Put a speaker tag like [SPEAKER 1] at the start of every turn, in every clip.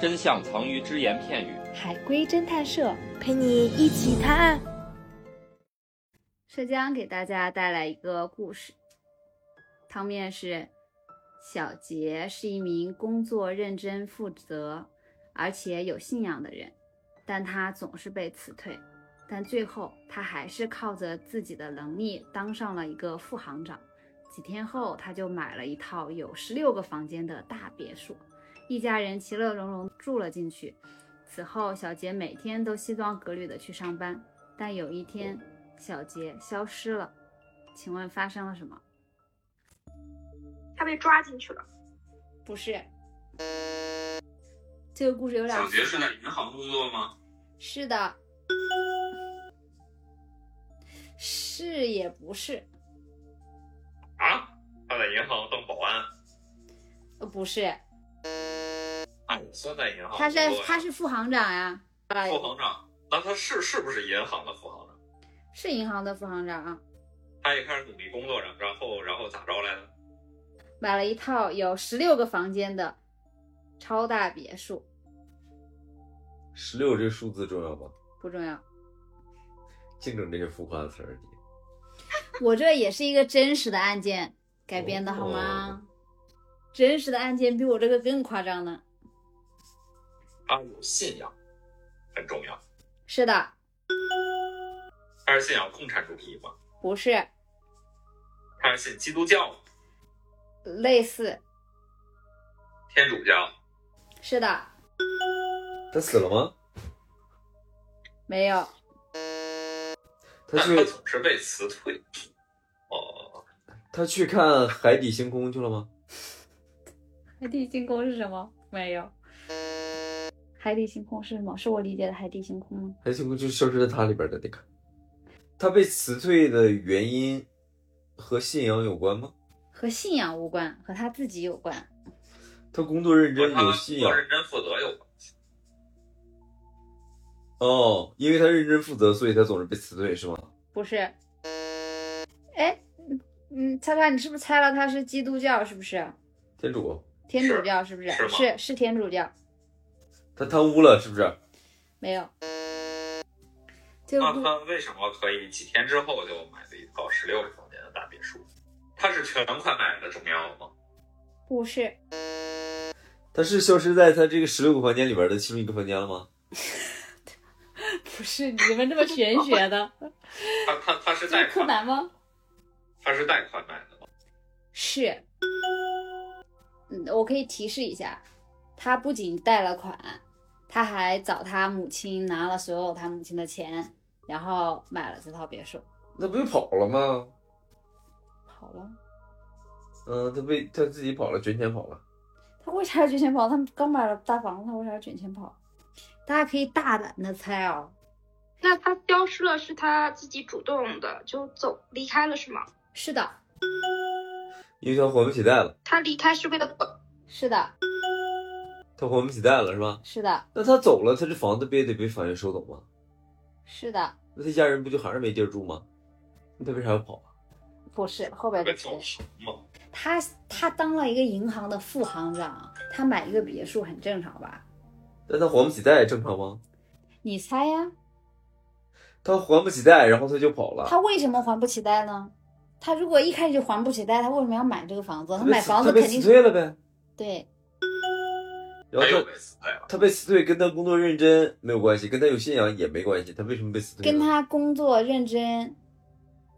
[SPEAKER 1] 真相藏于只言片语。
[SPEAKER 2] 海龟侦探社陪你一起探案。
[SPEAKER 3] 浙江给大家带来一个故事，汤面是：小杰是一名工作认真、负责而且有信仰的人，但他总是被辞退。但最后，他还是靠着自己的能力当上了一个副行长。几天后，他就买了一套有十六个房间的大别墅，一家人其乐融融住了进去。此后，小杰每天都西装革履的去上班，但有一天，小杰消失了。请问发生了什么？
[SPEAKER 4] 他被抓进去了。
[SPEAKER 3] 不是，这个故事有点
[SPEAKER 5] 小杰是在银行工作吗？
[SPEAKER 3] 是的，是也不是，
[SPEAKER 5] 啊，他在银行当保安。
[SPEAKER 3] 呃，不是，
[SPEAKER 5] 哎，也算在银行工作
[SPEAKER 3] 他是
[SPEAKER 5] 呀。
[SPEAKER 3] 他是副行长呀、啊
[SPEAKER 5] 副行长，那他是是不是银行的副行长？
[SPEAKER 3] 是银行的副行长啊，
[SPEAKER 5] 他一开始努力工作，然然后然后咋着来着？
[SPEAKER 3] 买了一套有十六个房间的超大别墅，
[SPEAKER 6] 十六这个数字重要吗？
[SPEAKER 3] 不重要。
[SPEAKER 6] 净整这些浮夸的词儿，你
[SPEAKER 3] 我这也是一个真实的案件改编的
[SPEAKER 5] 哦
[SPEAKER 3] 好吗？真实的案件比我这个更夸张呢。
[SPEAKER 5] 他有信仰，很重要。
[SPEAKER 3] 是的，
[SPEAKER 5] 他是信仰共产主义吗？
[SPEAKER 3] 不是，
[SPEAKER 5] 他是信基督教、
[SPEAKER 3] 类似，
[SPEAKER 5] 天主教？
[SPEAKER 3] 是的，
[SPEAKER 6] 他死了吗？
[SPEAKER 3] 没有，
[SPEAKER 6] 他
[SPEAKER 5] 那
[SPEAKER 6] 去
[SPEAKER 5] 他总是被辞退。哦，
[SPEAKER 6] 他去看海底星空去了吗？
[SPEAKER 3] 海底星空是什么？没有。海底星空是什么？是我理解的海底星空吗？
[SPEAKER 6] 海底星空就消失在他里边的那个。他被辞退的原因和信仰有关吗？
[SPEAKER 3] 和信仰无关，和他自己有关。
[SPEAKER 6] 他工作认
[SPEAKER 5] 和
[SPEAKER 6] 真
[SPEAKER 5] 他
[SPEAKER 6] 有信仰
[SPEAKER 5] 和认真负责有关。
[SPEAKER 6] 哦，因为他认真负责，所以他总是被辞退是吗？
[SPEAKER 3] 不是。哎，嗯，叉叉，你是不是猜了他是基督教？是不是
[SPEAKER 6] 天主，
[SPEAKER 3] 天主教？是不是？
[SPEAKER 5] 是吗
[SPEAKER 3] 是是天主教，
[SPEAKER 6] 他贪污了是不是？
[SPEAKER 3] 没有。这个
[SPEAKER 5] 那
[SPEAKER 3] 故
[SPEAKER 5] 他为什么可以几天之后就买了一套十六个房间的大别墅？他是全款买的，重要吗？
[SPEAKER 3] 不是
[SPEAKER 6] 他是消失在他这个十六个房间里边的其中一个房间了吗？
[SPEAKER 3] 不是你们这么玄学 的，
[SPEAKER 5] 他他他是
[SPEAKER 3] 这
[SPEAKER 5] 贷
[SPEAKER 3] 是柯
[SPEAKER 5] 款，
[SPEAKER 3] 南吗？
[SPEAKER 5] 他是贷款买的吗？
[SPEAKER 3] 是。嗯，我可以提示一下，他不仅贷了款，他还找他母亲拿了所有他母亲的钱，然后买了这套别墅，
[SPEAKER 6] 那不就跑了吗？
[SPEAKER 3] 跑了。
[SPEAKER 6] 嗯，他被他自己跑了，卷钱跑了。
[SPEAKER 3] 他为啥要卷钱跑？他们刚买了大房子，他为啥要卷钱跑？大家可以大胆的猜哦，
[SPEAKER 4] 那他消失了，是他自己主动的就走离开了是吗？
[SPEAKER 3] 是的，
[SPEAKER 6] 因为他还不起贷了，
[SPEAKER 4] 他离开是为了呃
[SPEAKER 3] 是的，
[SPEAKER 6] 他还不起贷了是吧？
[SPEAKER 3] 是的，
[SPEAKER 6] 那他走了，他这房子不也得被法院收走吗？
[SPEAKER 3] 是的，
[SPEAKER 6] 那他家人不就还是没地儿住吗？那他为啥要跑啊？
[SPEAKER 3] 不是后边
[SPEAKER 5] 被
[SPEAKER 3] 的
[SPEAKER 5] 走
[SPEAKER 3] 题。
[SPEAKER 5] 神吗？
[SPEAKER 3] 他他当了一个银行的副行长，他买一个别墅很正常吧？
[SPEAKER 6] 但他还不起贷正常吗？
[SPEAKER 3] 你猜呀、
[SPEAKER 6] 他还不起贷，然后他就跑了。
[SPEAKER 3] 他为什么还不起贷呢？他如果一开始就还不起贷，他为什么要买这个房子？
[SPEAKER 6] 他
[SPEAKER 3] 他
[SPEAKER 6] 被
[SPEAKER 3] 买
[SPEAKER 6] 辞
[SPEAKER 3] 房子
[SPEAKER 6] 他被
[SPEAKER 3] 肯定
[SPEAKER 6] 辞退
[SPEAKER 3] 是
[SPEAKER 6] 了呗。
[SPEAKER 3] 对，
[SPEAKER 5] 他
[SPEAKER 6] 然后
[SPEAKER 5] 又
[SPEAKER 6] 他
[SPEAKER 5] 被辞退了。
[SPEAKER 6] 他被辞退跟他工作认真没有关系，跟他有信仰也没关系。他为什么被辞退呢？
[SPEAKER 3] 跟他工作认真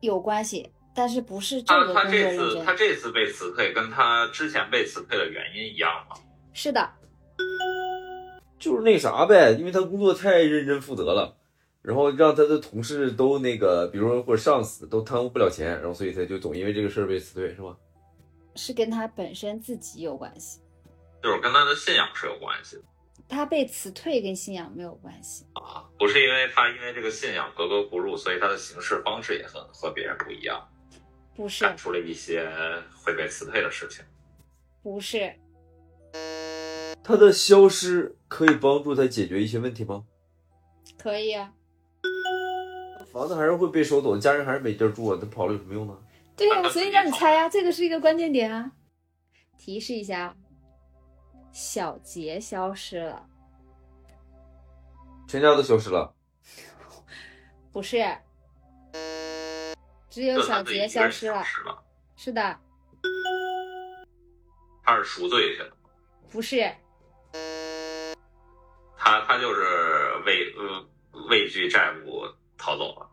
[SPEAKER 3] 有关系，但是不是这
[SPEAKER 5] 他
[SPEAKER 3] 个工
[SPEAKER 5] 他
[SPEAKER 3] 作
[SPEAKER 5] 这
[SPEAKER 3] 认
[SPEAKER 5] 次他
[SPEAKER 3] 真？
[SPEAKER 5] 这次被辞退，跟他之前被辞退的原因一样吗？
[SPEAKER 3] 是的，
[SPEAKER 6] 就是那啥呗，因为他工作太认真负责了，然后让他的同事都那个，比如说或者上司都贪污不了钱，然后所以他就总因为这个事儿被辞退，是吧？
[SPEAKER 3] 是跟他本身自己有关系。
[SPEAKER 5] 就是跟他的信仰是有关系的，
[SPEAKER 3] 他被辞退跟信仰没有关系。
[SPEAKER 5] 不是因为他因为这个信仰格格不入，所以他的行事方式也很和别人不一样，
[SPEAKER 3] 不是
[SPEAKER 5] 干，出了一些会被辞退的事情。
[SPEAKER 3] 不是，
[SPEAKER 6] 他的消失可以帮助他解决一些问题吗？
[SPEAKER 3] 可以啊，
[SPEAKER 6] 房子还是会被收走，家人还是没地儿住啊，他跑了有什么用呢？
[SPEAKER 3] 对
[SPEAKER 5] 那
[SPEAKER 3] 呀、
[SPEAKER 5] 他
[SPEAKER 3] 所以
[SPEAKER 5] 自己
[SPEAKER 3] 让你
[SPEAKER 5] 考
[SPEAKER 3] 啊猜呀、这个是一个关键点啊。提示一下，啊小杰消失了，
[SPEAKER 6] 全家都消失了，
[SPEAKER 3] 不是，只有
[SPEAKER 5] 就
[SPEAKER 3] 小
[SPEAKER 5] 他自己一
[SPEAKER 3] 杰
[SPEAKER 5] 个
[SPEAKER 3] 消
[SPEAKER 5] 人
[SPEAKER 3] 失了
[SPEAKER 5] 消。失了，
[SPEAKER 3] 是的，
[SPEAKER 5] 他是赎罪去了，
[SPEAKER 3] 不是，
[SPEAKER 5] 他他就是畏呃畏惧债务逃走了。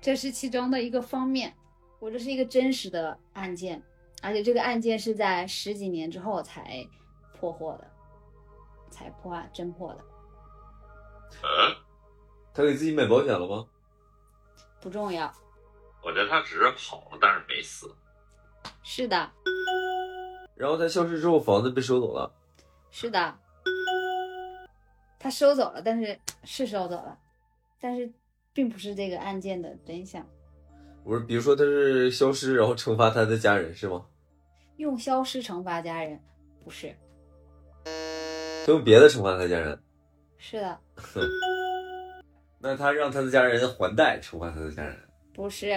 [SPEAKER 3] 这是其中的一个方面。我这是一个真实的案件，而且这个案件是在十几年之后才破获的，才破案侦破的，
[SPEAKER 5] 嗯，
[SPEAKER 6] 他给自己买保险了吗？
[SPEAKER 3] 不重要。
[SPEAKER 5] 我觉得他只是跑了，但是没死。
[SPEAKER 3] 是的，
[SPEAKER 6] 然后他消失之后，房子被收走了，
[SPEAKER 3] 是的，他收走了，但是是收走了，但是并不是这个案件的真相。
[SPEAKER 6] 我说，比如说他是消失，然后惩罚他的家人是吗？
[SPEAKER 3] 用消失惩罚家人，不是，
[SPEAKER 6] 他用别的惩罚他家人，
[SPEAKER 3] 是的，
[SPEAKER 6] 那他让他的家人还贷惩罚他的家人，
[SPEAKER 3] 不是，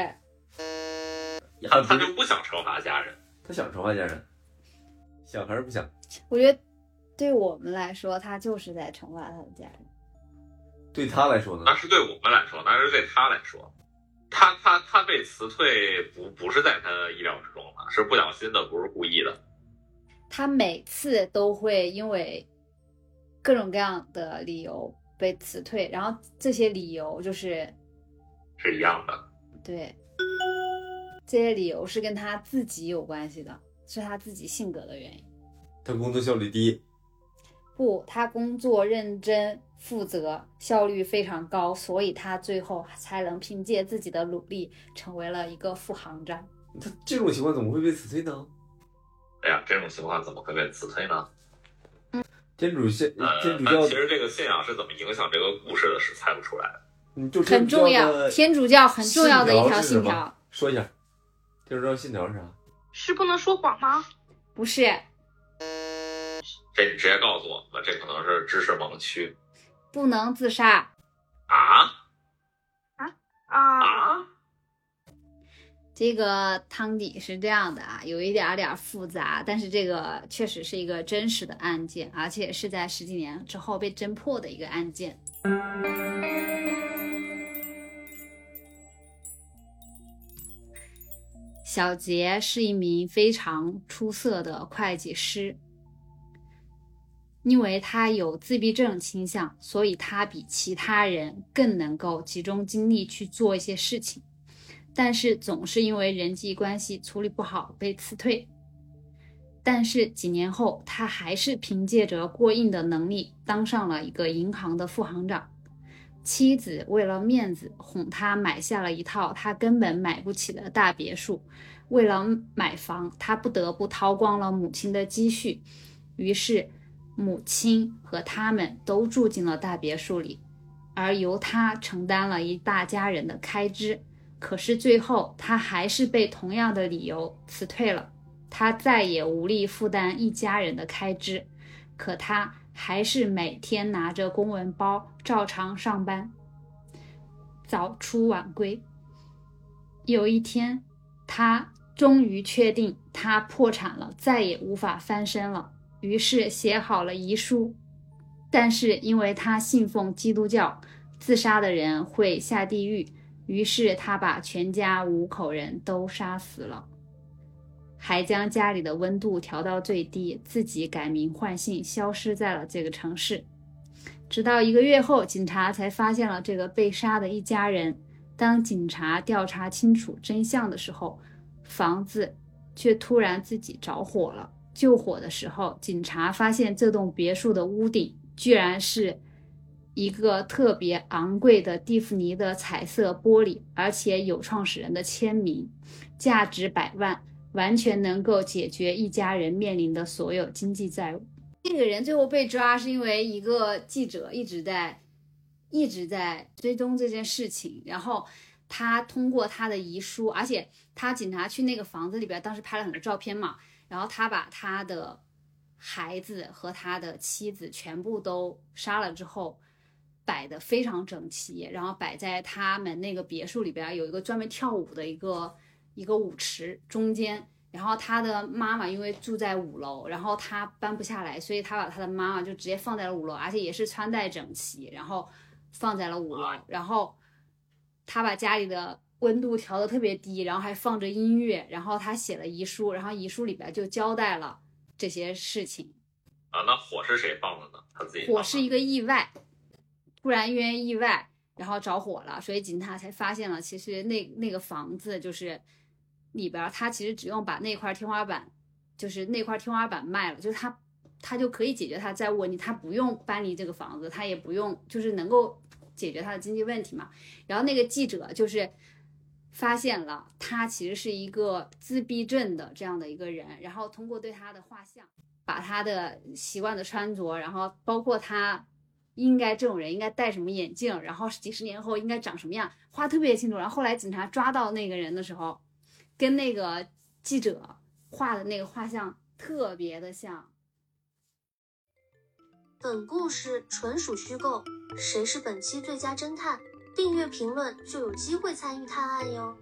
[SPEAKER 6] 嗯
[SPEAKER 5] 他他就不想惩罚家人，
[SPEAKER 6] 他想惩罚家人，想还是不想？
[SPEAKER 3] 我觉得对我们来说，他就是在惩罚他的家人。
[SPEAKER 6] 对他来说呢
[SPEAKER 5] 那？是对我们来说，那是对他来说。他他他被辞退不不是在他意料之中的，是不小心的，不是故意的。
[SPEAKER 3] 他每次都会因为各种各样的理由被辞退，然后这些理由就是
[SPEAKER 5] 是一样的。
[SPEAKER 3] 对，这些理由是跟他自己有关系的，是他自己性格的原因。
[SPEAKER 6] 他工作效率低，
[SPEAKER 3] 不，他工作认真、负责，效率非常高，所以他最后才能凭借自己的努力成为了一个副行长。
[SPEAKER 6] 他这种情况怎么会被辞退呢？
[SPEAKER 5] 哎呀，这种情况怎么会被辞退呢？
[SPEAKER 6] 天主教，
[SPEAKER 5] 呃，
[SPEAKER 6] 天主
[SPEAKER 5] 但
[SPEAKER 6] 教
[SPEAKER 5] 其，实这个信仰是怎么影响这个故事的，是猜不出来的。
[SPEAKER 6] 你就
[SPEAKER 3] 很
[SPEAKER 6] 天主
[SPEAKER 3] 重
[SPEAKER 6] 教
[SPEAKER 3] 要，
[SPEAKER 6] 的
[SPEAKER 3] 天主教很重要的一条
[SPEAKER 6] 是什
[SPEAKER 3] 信
[SPEAKER 6] 么
[SPEAKER 3] 条，
[SPEAKER 6] 说一下，天主教信条是啥？
[SPEAKER 4] 是不能说谎吗？
[SPEAKER 3] 不是
[SPEAKER 5] 这你直接告诉我吧，这可能是知识盲区
[SPEAKER 3] 不能自杀。
[SPEAKER 5] 啊
[SPEAKER 4] 啊，
[SPEAKER 5] 啊！
[SPEAKER 3] 这个汤底是这样的啊，有一点儿点儿复杂，但是这个确实是一个真实的案件，而且是在十几年之后被侦破的一个案件。小杰是一名非常出色的会计师，因为他有自闭症倾向，所以他比其他人更能够集中精力去做一些事情。但是总是因为人际关系处理不好被辞退。但是几年后，他还是凭借着过硬的能力当上了一个银行的副行长。妻子为了面子哄他买下了一套他根本买不起的大别墅，为了买房，他不得不掏光了母亲的积蓄，于是母亲和他们都住进了大别墅里，而由他承担了一大家人的开支。可是最后他还是被同样的理由辞退了，他再也无力负担一家人的开支，可他还是每天拿着公文包照常上班，早出晚归。有一天，他终于确定他破产了，再也无法翻身了，于是写好了遗书。但是因为他信奉基督教，自杀的人会下地狱，于是他把全家五口人都杀死了，还将家里的温度调到最低，自己改名换姓，消失在了这个城市。直到一个月后，警察才发现了这个被杀的一家人。当警察调查清楚真相的时候，房子却突然自己着火了。救火的时候，警察发现这栋别墅的屋顶居然是一个特别昂贵的蒂芙尼的彩色玻璃，而且有创始人的签名，价值百万，完全能够解决一家人面临的所有经济债务。这个人最后被抓是因为一个记者一直在一直在追踪这件事情，然后他通过他的遗书，而且他警察去那个房子里边，当时拍了很多照片嘛，然后他把他的孩子和他的妻子全部都杀了之后，摆的非常整齐，然后摆在他们那个别墅里边有一个专门跳舞的一个一个舞池中间，然后他的妈妈因为住在五楼，然后他搬不下来，所以他把他的妈妈就直接放在了五楼，而且也是穿戴整齐，然后放在了五楼。然后他把家里的温度调得特别低，然后还放着音乐，然后他写了遗书，然后遗书里边就交代了这些事情。
[SPEAKER 5] 啊，那火是谁放的呢？他自己放的
[SPEAKER 3] 火是一个意外，突然因为意外，然后着火了，所以警察才发现了，其实那那个房子就是里边儿，他其实只用把那块天花板，就是那块天花板卖了，就是他他就可以解决他债务问题，他不用搬离这个房子，他也不用就是能够解决他的经济问题嘛。然后那个记者就是发现了他其实是一个自闭症的这样的一个人，然后通过对他的画像，把他的习惯的穿着，然后包括他应该这种人应该戴什么眼镜，然后几十年后应该长什么样，画特别清楚。然后后来警察抓到那个人的时候，跟那个记者画的那个画像特别的像。
[SPEAKER 7] 本故事纯属虚构，谁是本期最佳侦探？订阅评论就有机会参与探案哟。